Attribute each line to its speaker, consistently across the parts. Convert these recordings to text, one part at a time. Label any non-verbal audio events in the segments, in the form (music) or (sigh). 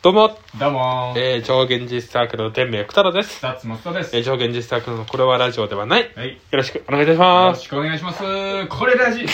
Speaker 1: どうも、
Speaker 2: どうもー。
Speaker 1: えー、超現実サークルの天命くたらです。
Speaker 2: ザッツ松田です。
Speaker 1: えー、超現実サークルのこれはラジオではない。よ
Speaker 2: はい。よ
Speaker 1: ろしくお願いいたしま
Speaker 2: ろ
Speaker 1: す。
Speaker 2: しくお願いします。これラジ。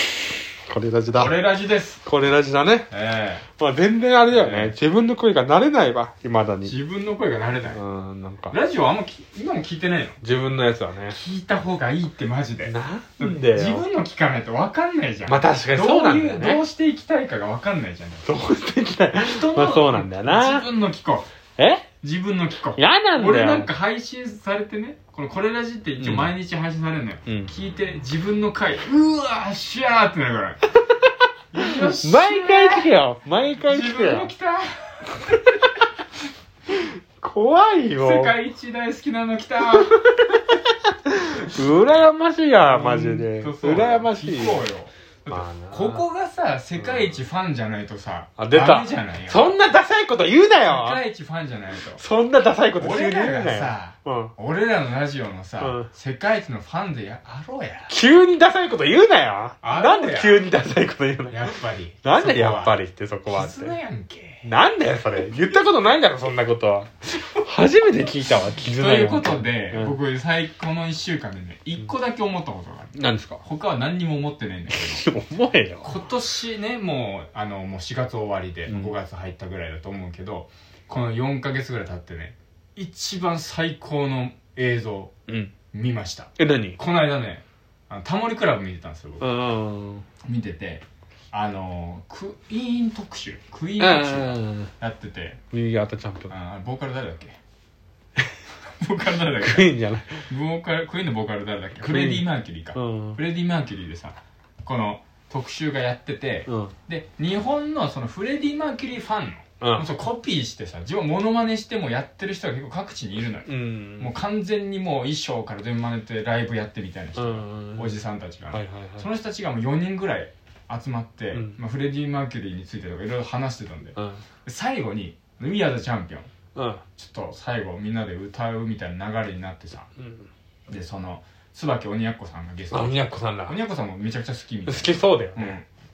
Speaker 1: これラジ
Speaker 2: こ。れラジです。
Speaker 1: これラジだね。
Speaker 2: え
Speaker 1: まあ全然あれだよね。
Speaker 2: えー
Speaker 1: 自分の声が慣れないわ、未だ
Speaker 2: え
Speaker 1: に。。
Speaker 2: 自分の声が慣れないう
Speaker 1: ん、なんか、
Speaker 2: ラジオあんまき今も聞いてないの
Speaker 1: 自分のやつはね。
Speaker 2: 聞いた方がいいってマジで。
Speaker 1: なんで
Speaker 2: 自
Speaker 1: よ。
Speaker 2: 分の聞かないと分かんないじゃん。
Speaker 1: まあ確かにそうなんだよ
Speaker 2: どういう、ど
Speaker 1: ね
Speaker 2: う。していきたいかが分かんないじゃん。
Speaker 1: どうしていきたい
Speaker 2: 人の
Speaker 1: まあそうなんだよな
Speaker 2: 自分の聞こう。
Speaker 1: え
Speaker 2: 自分の聞こう。
Speaker 1: 嫌なんだよ。
Speaker 2: 俺なんか配信されてね、このこれラジって一応毎日配信されるのよ。
Speaker 1: うん
Speaker 2: 聞いて自分の回、うわーしゃーってなる
Speaker 1: (laughs)
Speaker 2: から。よっしゃー
Speaker 1: 毎回聞けよ毎回
Speaker 2: 自
Speaker 1: 聞け
Speaker 2: 分
Speaker 1: よ
Speaker 2: の来た
Speaker 1: 怖いよ
Speaker 2: 世界一大好きなの来た
Speaker 1: 羨ましいやマジで
Speaker 2: ほんとそう
Speaker 1: 羨ましい
Speaker 2: 行こうよ
Speaker 1: まあな
Speaker 2: ここがさ世界一ファンじゃないとさ、
Speaker 1: あ出た
Speaker 2: ダメじゃないよ世
Speaker 1: そんなダサいこと言うなよ
Speaker 2: 界一ファンじゃないと
Speaker 1: そんなダサいこと急に言うな
Speaker 2: 俺らが
Speaker 1: よ
Speaker 2: さ
Speaker 1: うん
Speaker 2: 俺らのラジオのさ、
Speaker 1: うん
Speaker 2: 世界一のファンでやあろうや
Speaker 1: 急にダサいこと言うなよ
Speaker 2: あ
Speaker 1: なんで急にダサいこと言うの
Speaker 2: やっぱり
Speaker 1: なんでやっぱ
Speaker 2: り
Speaker 1: りってそこはって
Speaker 2: 絆やんけ
Speaker 1: なんだよそれ言ったことないだろそんなことは初めて聞いたわ
Speaker 2: と
Speaker 1: 絆
Speaker 2: いう
Speaker 1: よ
Speaker 2: ことで、
Speaker 1: うん
Speaker 2: 僕最この1週間でね1個だけ思ったことがある
Speaker 1: なんですか
Speaker 2: 他は何にも思ってないんだけど
Speaker 1: 思えよ
Speaker 2: 今年ねもうあのもう4月終わりで
Speaker 1: うん
Speaker 2: 5月入ったぐらいだと思うけど、この4ヶ月ぐらい経ってね一番最高の映像
Speaker 1: うん
Speaker 2: 見ました
Speaker 1: え何
Speaker 2: この間ねあのタモリクラブ見てたんですよ
Speaker 1: う
Speaker 2: 僕、
Speaker 1: ん
Speaker 2: 見ててあのクイーン特集クイ
Speaker 1: う
Speaker 2: ーン特集
Speaker 1: ん
Speaker 2: やってて、
Speaker 1: 右当たチャンピオン
Speaker 2: あボーカル誰だっけ (laughs) ボーカル誰だっ
Speaker 1: ク
Speaker 2: け
Speaker 1: イーンじゃない
Speaker 2: ボーカルクイーンのボーカル誰だっけ
Speaker 1: ク
Speaker 2: フ
Speaker 1: イーン
Speaker 2: レディ・マーキュリーか、
Speaker 1: うん
Speaker 2: フレディ・マーキュリーでさこの特集がやってて、
Speaker 1: うん
Speaker 2: で日本のそのフレディ・マーキュリーファンの、
Speaker 1: うん
Speaker 2: そうコピーしてさ自分モノマネしてもやってる人が結構各地にいるのよ、
Speaker 1: うん
Speaker 2: もう完全にもう衣装から全部真似てライブやってみたいな人、
Speaker 1: うん
Speaker 2: おじさんたちが、
Speaker 1: はいはいはい
Speaker 2: その人たちがもう4人ぐらい集まって、
Speaker 1: うん
Speaker 2: まあ、フレディ・マーキュリーについてとかいろいろ話してたんでで
Speaker 1: うん
Speaker 2: 最後に「We are the champion
Speaker 1: うん」
Speaker 2: ちょっと最後みんなで歌うみたいな流れになってさ
Speaker 1: うん
Speaker 2: でその椿鬼奴さんがゲス
Speaker 1: あ
Speaker 2: ト
Speaker 1: 鬼
Speaker 2: に
Speaker 1: 奴さんだ
Speaker 2: 鬼奴さんもめちゃくちゃ好きみた
Speaker 1: 好
Speaker 2: いな
Speaker 1: きそうだよ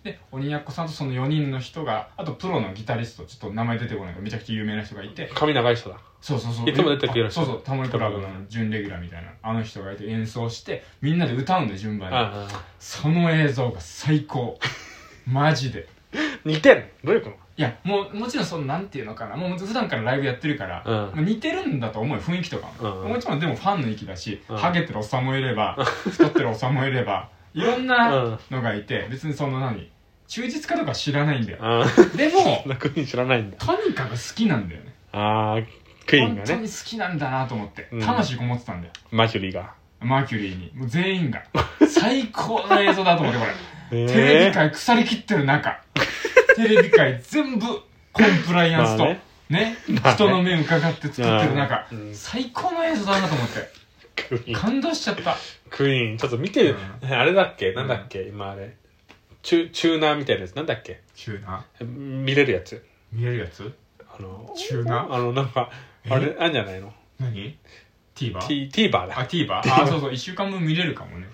Speaker 2: で鬼奴さんとその4人の人があとプロのギタリストちょっと名前出てこないけどめちゃくちゃ有名な人がいて
Speaker 1: 髪長い人だ
Speaker 2: そうそうそう
Speaker 1: いつも出てくる
Speaker 2: あそうそうタモリクラブの準レギュラーみたいなあの人がいて演奏してみんなで歌うんで順番に、
Speaker 1: う
Speaker 2: その映像が最高マジで
Speaker 1: ん似てんどういうこ
Speaker 2: いやもうもちろんそのなんていうのかなもう普段からライブやってるから、
Speaker 1: うん
Speaker 2: まあ似てるんだと思うよ雰囲気とかも、
Speaker 1: うん
Speaker 2: もちろんでもファンの域だし、
Speaker 1: うん
Speaker 2: ハゲてるおっさんもいれば太ってるおっさんもいれ
Speaker 1: (laughs)
Speaker 2: ばいろんなのがいて、別にその何忠実かとか知らないんだよ
Speaker 1: のうん
Speaker 2: でも
Speaker 1: そんな国知らないんだ
Speaker 2: とにかく好きなんだよね
Speaker 1: あークイーンが
Speaker 2: 本当
Speaker 1: ね
Speaker 2: に好きなんだなと思って、
Speaker 1: うん
Speaker 2: 魂こもってたんだよ
Speaker 1: マキュリーが
Speaker 2: マーキュリーにもう全
Speaker 1: (laughs)
Speaker 2: 員が最高の映像だと思ってこれ、テレビ
Speaker 1: え
Speaker 2: 界腐りきって
Speaker 1: (laughs)
Speaker 2: る中テレビ界全部コンプライアンスと、
Speaker 1: まあ
Speaker 2: ね
Speaker 1: ねまあね
Speaker 2: 人の目を伺って作ってる中、
Speaker 1: うん
Speaker 2: 最高の映像だなと思って
Speaker 1: クイーン
Speaker 2: 感動しちゃった
Speaker 1: クイーンちょっと見てるあれだっけなんだっけ今あれチュチューナーみたいなやつなんだっけ
Speaker 2: チューナ
Speaker 1: 見れるやつ
Speaker 2: 見れるやつ
Speaker 1: あの
Speaker 2: チューナ
Speaker 1: あのなんかあれあんじゃないの
Speaker 2: 何 ?TVer?
Speaker 1: T- TVer だ
Speaker 2: あ TVer? あそうそう1週間分見れるかもね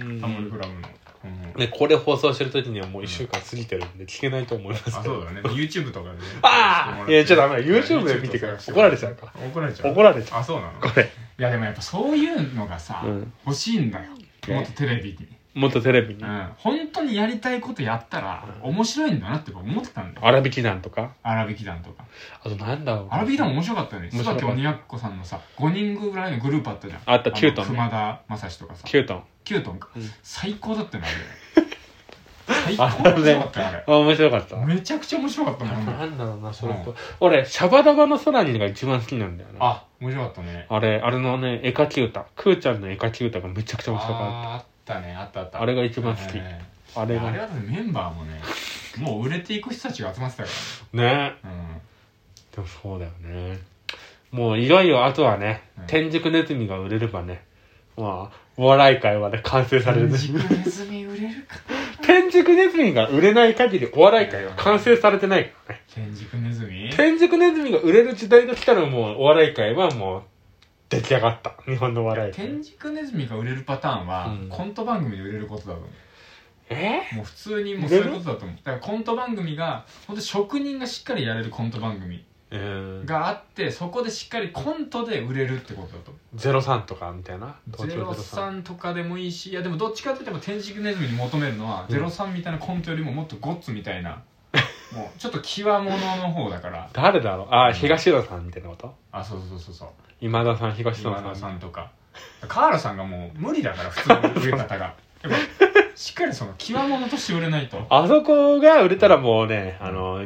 Speaker 1: うん
Speaker 2: タモリクラブの、うん
Speaker 1: ね、これ放送してる時にはもう1週間過ぎてるんで聞けないと思います
Speaker 2: あ
Speaker 1: けど、
Speaker 2: そうだね
Speaker 1: (laughs)
Speaker 2: YouTube とかでね
Speaker 1: ああいやちょっとダメだ YouTube で見てから怒られちゃうから
Speaker 2: 怒られちゃう
Speaker 1: 怒られちゃ
Speaker 2: あそうなの
Speaker 1: うこれ
Speaker 2: いやでもやっぱそういうのがさ、
Speaker 1: うん
Speaker 2: 欲しいんだよもっとテレビに、
Speaker 1: もっとテレビに、
Speaker 2: うん、本当にやりたいことやったら面白いんだなって僕思ってたんだよ
Speaker 1: 荒引きなんとか
Speaker 2: 荒引き団とか
Speaker 1: あとなんだろう
Speaker 2: 荒引き団面白かったよね
Speaker 1: 面白かった
Speaker 2: 椿鬼奴さんのさ5人ぐらいのグループあったじゃん
Speaker 1: あった
Speaker 2: の
Speaker 1: キュートンね
Speaker 2: 熊田正史とかさ
Speaker 1: キュートン
Speaker 2: キュートンか、
Speaker 1: うん
Speaker 2: 最高だっ
Speaker 1: (laughs)
Speaker 2: たよねあれ最高面白かったよあれ
Speaker 1: あ面白かった、
Speaker 2: めちゃくちゃ面白かったもんね
Speaker 1: なんだろうなそれと、
Speaker 2: う
Speaker 1: 俺シャバダバの空にが一番好きなんだよなあ
Speaker 2: あ面白かったね
Speaker 1: れあれのね絵描き歌クーちゃんの絵描き歌がめちゃくちゃ面白かっ
Speaker 2: あーあったねあったあった
Speaker 1: たあれが一番好き、
Speaker 2: えー
Speaker 1: あれ
Speaker 2: あれ
Speaker 1: が
Speaker 2: はねメンバーもねもう売れていく人たちが集まってたか
Speaker 1: ね
Speaker 2: らね
Speaker 1: でもそうだよねもういよいよあとはね、
Speaker 2: うん
Speaker 1: 天竺ネズミが売れればねまあお笑い界はね完成され
Speaker 2: う
Speaker 1: る
Speaker 2: ん
Speaker 1: ね
Speaker 2: 天竺ネズミ売れるか
Speaker 1: 天竺ネズミが売れない限りお笑い界は完成されてないからね
Speaker 2: 天竺ネズミ
Speaker 1: 天竺ネズミが売れる時代が来たらもうお笑い界はもう出来上がった日本のお笑い界
Speaker 2: 天竺ネズミが売れるパターンは、
Speaker 1: うん
Speaker 2: コント番組で売れることだと思
Speaker 1: え
Speaker 2: うもう普通にもうそういうことだと思うだからコント番組が本当職人がしっかりやれるコント番組
Speaker 1: うん
Speaker 2: があってそこでしっかりコントで売れるってことだと
Speaker 1: 03とかみたいな東京03
Speaker 2: 03とかでもいいしいやでもどっちかって言っても天竺ネズミに求めるのは、
Speaker 1: うん
Speaker 2: 03みたいなコントよりももっとゴッツみたいなもうちょっと際物の方だから
Speaker 1: 誰だろうあ
Speaker 2: う
Speaker 1: あ
Speaker 2: ん
Speaker 1: 東野さんみたいなこと
Speaker 2: あそうそうそうそう
Speaker 1: 今田さん東野
Speaker 2: 今
Speaker 1: さ
Speaker 2: 田
Speaker 1: ん
Speaker 2: さんとか河原さんがもう無理だから普通の売れ方がやっぱしっかりその際物として売れないと
Speaker 1: あそこが売れたらもうね、あの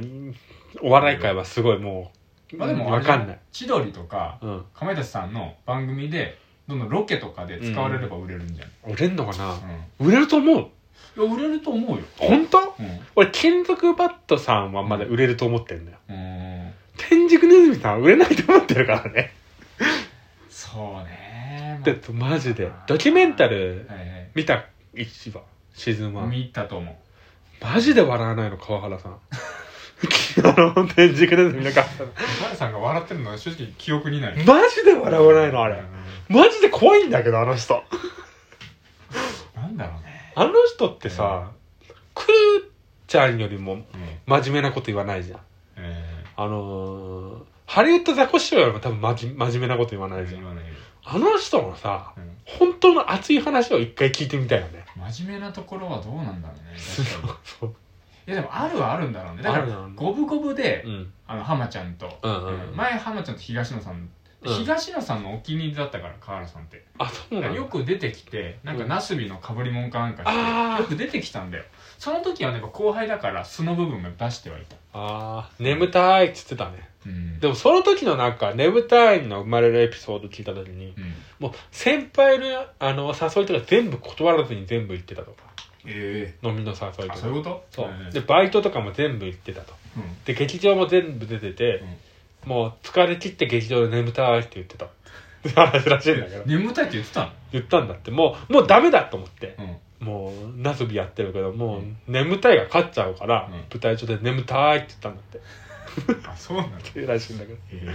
Speaker 1: お笑い界はすごいもう、
Speaker 2: まあでもあ
Speaker 1: わ
Speaker 2: れじゃ
Speaker 1: かんない
Speaker 2: 千鳥とか
Speaker 1: うん
Speaker 2: かまいたちさんの番組でどんどんロケとかで使われれば売れるんじゃん、
Speaker 1: 売れんのかな、
Speaker 2: うん
Speaker 1: 売れると思う
Speaker 2: いや売れると思うよ
Speaker 1: 本当
Speaker 2: うんう
Speaker 1: 俺金属バットさんはまだ売れると思ってんだよ、
Speaker 2: ーん
Speaker 1: 天竺ネズミさんは売れないと思ってるからね
Speaker 2: そうね
Speaker 1: だってマジでドキュメンタル
Speaker 2: はいはい
Speaker 1: 見た一話シーズン1
Speaker 2: 見たと思う
Speaker 1: マジで笑わないの川原さんあの天竺ネズミのか
Speaker 2: マルさんが笑ってるのは正直記憶にない
Speaker 1: マジで笑わないのあれマジで怖いんだけどあの人
Speaker 2: なんだろうね
Speaker 1: あの人ってさ、くーちゃんよりも
Speaker 2: うん
Speaker 1: 真面目なこと言わないじゃん。
Speaker 2: え
Speaker 1: あのー、ハリウッドザコシショウよりも多分真面真面目なこと言わない
Speaker 2: ー
Speaker 1: じゃん。
Speaker 2: 言わないよ
Speaker 1: あの人のさ、
Speaker 2: うん
Speaker 1: 本当の熱い話を一回聞いてみたいよね。
Speaker 2: 真面目なところはどうなんだろうね
Speaker 1: そう
Speaker 2: 確かに
Speaker 1: (laughs) そう。
Speaker 2: いやでもあるはあるんだろうねだか
Speaker 1: ある
Speaker 2: ら
Speaker 1: の
Speaker 2: 五分五分で、
Speaker 1: うん。
Speaker 2: あの浜ちゃんと、
Speaker 1: うんうん
Speaker 2: 前浜ちゃんと東野さん、
Speaker 1: うん
Speaker 2: 東野さんのお気に入りだったから河原さんって
Speaker 1: あ、そう
Speaker 2: だか
Speaker 1: な
Speaker 2: ら
Speaker 1: の
Speaker 2: よく出てきてなんか
Speaker 1: うん
Speaker 2: なすびのかぶりもんかなんか
Speaker 1: あー
Speaker 2: してよく出てきたんだよその時はなんか後輩だから素の部分が出してはいた
Speaker 1: あー、眠たいって言ってたね。
Speaker 2: うん
Speaker 1: でもその時のなんか、眠たいの生まれるエピソード聞いた時に、
Speaker 2: うん
Speaker 1: もう先輩のあの誘いとか全部断らずに全部行ってたとか、
Speaker 2: え
Speaker 1: 飲みの誘いと
Speaker 2: あ
Speaker 1: か。
Speaker 2: そういうこと
Speaker 1: そう
Speaker 2: え。
Speaker 1: で、バイトとかも全部行ってたと。
Speaker 2: うん
Speaker 1: で劇場も全部出てて、もう疲れ切って劇場で眠たいって言
Speaker 2: (laughs)
Speaker 1: ってた話らしいんだけど
Speaker 2: 眠たいって言ってたの
Speaker 1: 言ったんだってもうもうダメだと思って
Speaker 2: う、ん
Speaker 1: もうなすびやってるけども
Speaker 2: う
Speaker 1: う眠たいが勝っちゃうから、
Speaker 2: うん
Speaker 1: 舞台上で眠たいって言ったんだって
Speaker 2: あそうなんだ
Speaker 1: っていうらしいんだけど
Speaker 2: ええ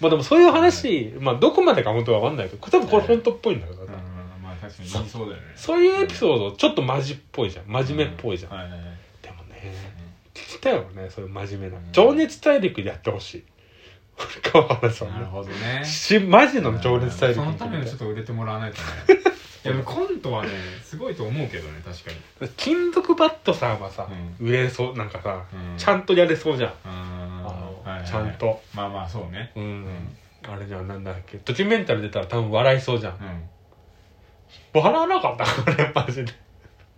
Speaker 1: まあでもそういう話、まあ、どこまでか本当は分かんないけど多分これ本当っぽいんだけど、
Speaker 2: うんまあ確かに言いそうだよね
Speaker 1: そういうエピソードちょっとマジっぽいじゃん真面目っぽいじゃん、
Speaker 2: うはいはいはい
Speaker 1: でもね聞きたいよねそういう真面目な、
Speaker 2: うん
Speaker 1: 情熱大陸でやってほしい川原さん
Speaker 2: な
Speaker 1: ね
Speaker 2: るほどね
Speaker 1: しマジの情熱大陸
Speaker 2: その
Speaker 1: みた
Speaker 2: た
Speaker 1: い
Speaker 2: め
Speaker 1: な
Speaker 2: にちょっと売れてもらわないとね
Speaker 1: (laughs)
Speaker 2: いやでもコントはねすごいと思うけどね確かに
Speaker 1: 金属バットさんはさ、売れそうなんかさ、
Speaker 2: うん
Speaker 1: ちゃんとやれそうじゃん、
Speaker 2: う
Speaker 1: あの
Speaker 2: ん
Speaker 1: ちゃんと
Speaker 2: まあまあそうね
Speaker 1: うん、
Speaker 2: ん
Speaker 1: あれじゃんなんだっけドキュメンタル出たら多分笑いそうじゃん、
Speaker 2: うん
Speaker 1: 笑わなかったこれマジで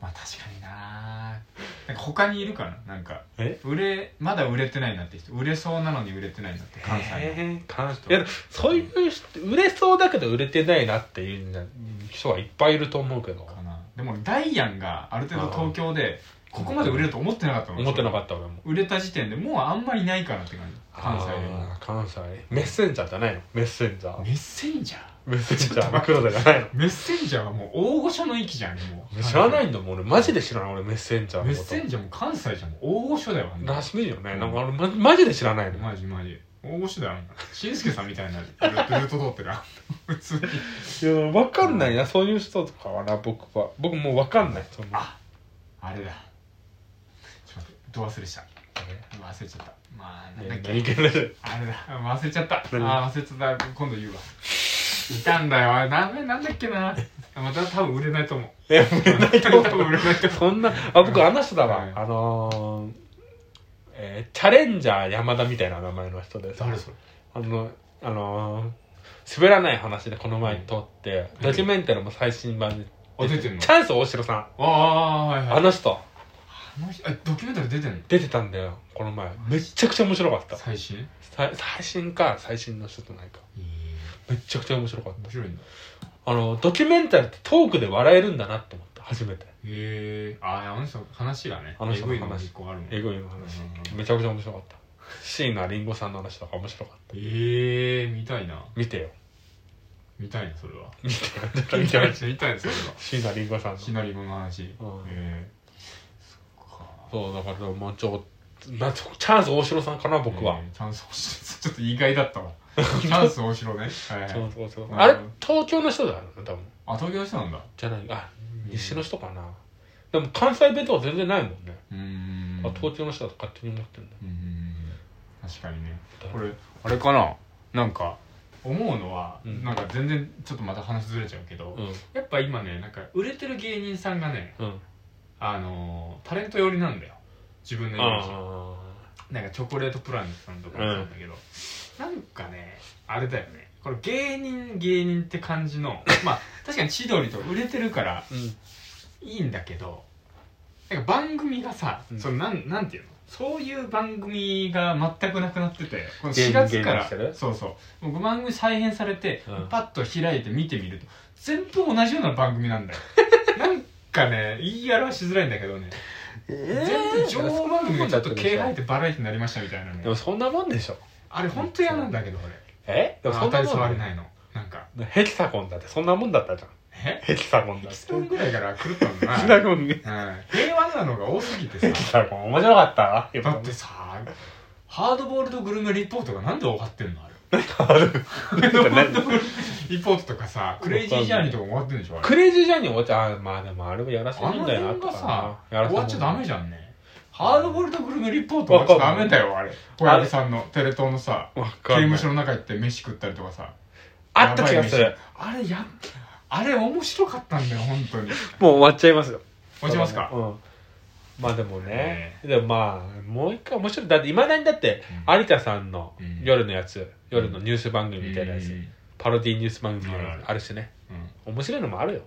Speaker 2: まあ確かにななんか他にいるかななんか
Speaker 1: え
Speaker 2: 売れまだ売れてないなって人売れそうなのに売れてないなって関西の
Speaker 1: えー関西いやでもそういう人売れそうだけど売れてないなっていう人はいっぱいいると思うけど
Speaker 2: かなでもダイアンがある程度東京でここまで売れると思ってなかったの
Speaker 1: 思ってなかった俺も
Speaker 2: 売れた時点でもうあんまりいないかなって感じ関西で
Speaker 1: あー関西メッセンジャーじゃないのメッセンジャー
Speaker 2: メッセンジャー
Speaker 1: メッセンジャー黒田じゃないの
Speaker 2: メッセンジャーはもう大御所の域じゃんもう
Speaker 1: 知らないんだもん俺マジで知らない俺メッセンジャー
Speaker 2: メ
Speaker 1: の
Speaker 2: ッ
Speaker 1: こと
Speaker 2: センジャーも関西じゃんもう大御所だよあんな
Speaker 1: らしいよねなんか俺ママジで知らないの
Speaker 2: マジマジ大御所だよあんなしんすけさんみたいなルート通ってる (laughs) あんな普通に
Speaker 1: いや分かんないなそういう人とかはな僕は僕もう分かんないそんな
Speaker 2: ああれだちょっと待ってど忘れした忘れちゃったまあなんだっけ
Speaker 1: 何言ってる
Speaker 2: あれだ忘れちゃったあー
Speaker 1: 何
Speaker 2: 忘れちゃった今度言うわいたんだよあれなんだなんだっけなまた多分売れないと思う
Speaker 1: いや売れないと
Speaker 2: 多
Speaker 1: 思
Speaker 2: 分
Speaker 1: う
Speaker 2: 売れないと思う
Speaker 1: (laughs) そんなあ僕あの人だわ、
Speaker 2: はい
Speaker 1: あのーえーチャレンジャー山田みたいな名前の人でさ
Speaker 2: それ
Speaker 1: あのあのー滑らない話でこの前撮って、
Speaker 2: うん
Speaker 1: ドキュメンタルも最新版で
Speaker 2: あ出てんの
Speaker 1: チャンス大城さん
Speaker 2: ああはいはい
Speaker 1: あの人
Speaker 2: あの人あドキュメンタリー出てんの
Speaker 1: 出てたんだよこの前めっちゃくちゃ面白かった
Speaker 2: 最新
Speaker 1: さ最新か最新の人とないかめっちゃくちゃ面白かった
Speaker 2: 面白いんだ
Speaker 1: あのドキュメンタルってトークで笑えるんだなって思った初めて
Speaker 2: へえああの人話がね
Speaker 1: あの人の話
Speaker 2: えぐいのが一個あるもん
Speaker 1: え
Speaker 2: え
Speaker 1: ぐいの話
Speaker 2: うん
Speaker 1: めちゃくちゃ面白かった椎名林檎さんの話とか面白かった
Speaker 2: え見たいな
Speaker 1: 見てよ
Speaker 2: 見たいなそれは
Speaker 1: 見てよ見てよ
Speaker 2: 見たいなそれは
Speaker 1: 椎名林檎さんの
Speaker 2: シナリオの話へ
Speaker 1: うん
Speaker 2: えそっか
Speaker 1: そうだからもうちょなチャンス大城さんかな僕は、
Speaker 2: えーチャンス大城ちょっと意外だったわチャンス大城ねはいはい
Speaker 1: チャンス大城さ
Speaker 2: うんん
Speaker 1: あれ東京の人だよね多分
Speaker 2: あ東京の人なんだ
Speaker 1: じゃないあ西の人かな、でも関西弁とか全然ないもんね、
Speaker 2: うーん
Speaker 1: あ東京の人だと勝手に思ってるんだ
Speaker 2: うーん確かにね
Speaker 1: だ
Speaker 2: これあれかななんか思うのは、
Speaker 1: うん
Speaker 2: なんか全然ちょっとまた話ずれちゃうけど、
Speaker 1: う
Speaker 2: やっぱ今ねなんか売れてる芸人さんがね
Speaker 1: んうん
Speaker 2: あのータレント寄りなんだよ自分のイメージ
Speaker 1: あ
Speaker 2: なんかチョコレートプラネットさんとかもそうなんだけど、なんかねあれだよねこれ芸人芸人って感じのまあ確かに千鳥とか売れてるから
Speaker 1: ーうん
Speaker 2: いいんだけどなんか番組がさ、
Speaker 1: うん
Speaker 2: そのなんなんていうのそういう番組が全くなくなっててこの
Speaker 1: 芸
Speaker 2: 4
Speaker 1: 人
Speaker 2: 月から
Speaker 1: 芸人してる
Speaker 2: そうそうもう番組再編されて、
Speaker 1: うん
Speaker 2: パッと開いて見てみると全部同じような番
Speaker 1: (laughs)
Speaker 2: 組なんだよなんかね言い表しづらいんだけどね、全部情報番組がちょっと気配ってバラエティになりましたみたいなね
Speaker 1: でもそんなもんでしょ
Speaker 2: あれ本当嫌なんだけど俺
Speaker 1: えでもそ
Speaker 2: 当
Speaker 1: んな
Speaker 2: たり
Speaker 1: も
Speaker 2: 障り
Speaker 1: ん
Speaker 2: ないのなんか
Speaker 1: ヘキサゴンだってそんなもんだったじゃん
Speaker 2: え
Speaker 1: ヘキサゴンだっ
Speaker 2: キ
Speaker 1: て
Speaker 2: ストンぐらいから狂ったんだな
Speaker 1: ヘ (laughs) キサゴンね
Speaker 2: うん平和なのが多すぎて
Speaker 1: ヘ (laughs)
Speaker 2: さ
Speaker 1: キサゴン面白かったわ
Speaker 2: だってさハードボールドグルメリポートがなんで分かってんのあれ
Speaker 1: ある
Speaker 2: ハードボールドグルメリポートとかさクレイジージャーニーとかも終わってんでしょあれ
Speaker 1: クレイジージャーニー終わっちゃうあーまあでもあれもやらせ
Speaker 2: あ
Speaker 1: ないん
Speaker 2: の
Speaker 1: だよな
Speaker 2: 辺がさ
Speaker 1: やらせ
Speaker 2: 終
Speaker 1: も
Speaker 2: わ
Speaker 1: ん
Speaker 2: っちゃダメじゃんねハードボールドグルメリポート終わっちゃダメだよあれ小籔さんのテレ東のさ
Speaker 1: わ
Speaker 2: 刑
Speaker 1: かんな
Speaker 2: 務
Speaker 1: い
Speaker 2: 所の中行って飯食ったりとかさ
Speaker 1: あった気がす
Speaker 2: やばい
Speaker 1: る
Speaker 2: 飯あれやあれ面白かったんだよ本当に
Speaker 1: もう終わっちゃいますよ
Speaker 2: 落ちますか
Speaker 1: うんまあでもね
Speaker 2: ね、
Speaker 1: でもまあもう一回面白いだっていまだにだって
Speaker 2: れ
Speaker 1: 有田さんの
Speaker 2: うん
Speaker 1: 夜のやつ、夜のニュース番組みたいなやつ、
Speaker 2: うん
Speaker 1: パロディニュース番組みたいなやつ
Speaker 2: あるあ
Speaker 1: あるしね
Speaker 2: うん
Speaker 1: 面白いのもあるよ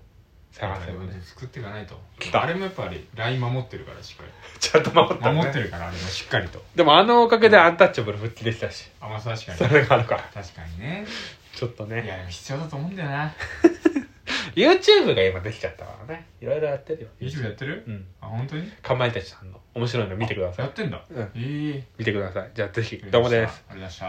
Speaker 1: 探せばね
Speaker 2: 作っていかないと
Speaker 1: 来た
Speaker 2: あれもやっぱり LINE 守ってるからしっか
Speaker 1: ちゃんと守った
Speaker 2: り
Speaker 1: ね
Speaker 2: 守ってるからあれもしっかりと
Speaker 1: でもあのおかげでアンタッチャブル復帰できたし
Speaker 2: あまあ確かに
Speaker 1: それがあるから
Speaker 2: 確かにね
Speaker 1: ちょっと
Speaker 2: い
Speaker 1: ね
Speaker 2: やでも必要だと思うんだよな
Speaker 1: YouTube が今できちゃったからねいろいろやってるよ
Speaker 2: YouTube やってる
Speaker 1: うん
Speaker 2: あ本当に
Speaker 1: かまいたちさんの面白いの見てください
Speaker 2: やってんだ
Speaker 1: うん
Speaker 2: ええ
Speaker 1: 見てくださいじゃあぜひどうもです
Speaker 2: ありがとうございました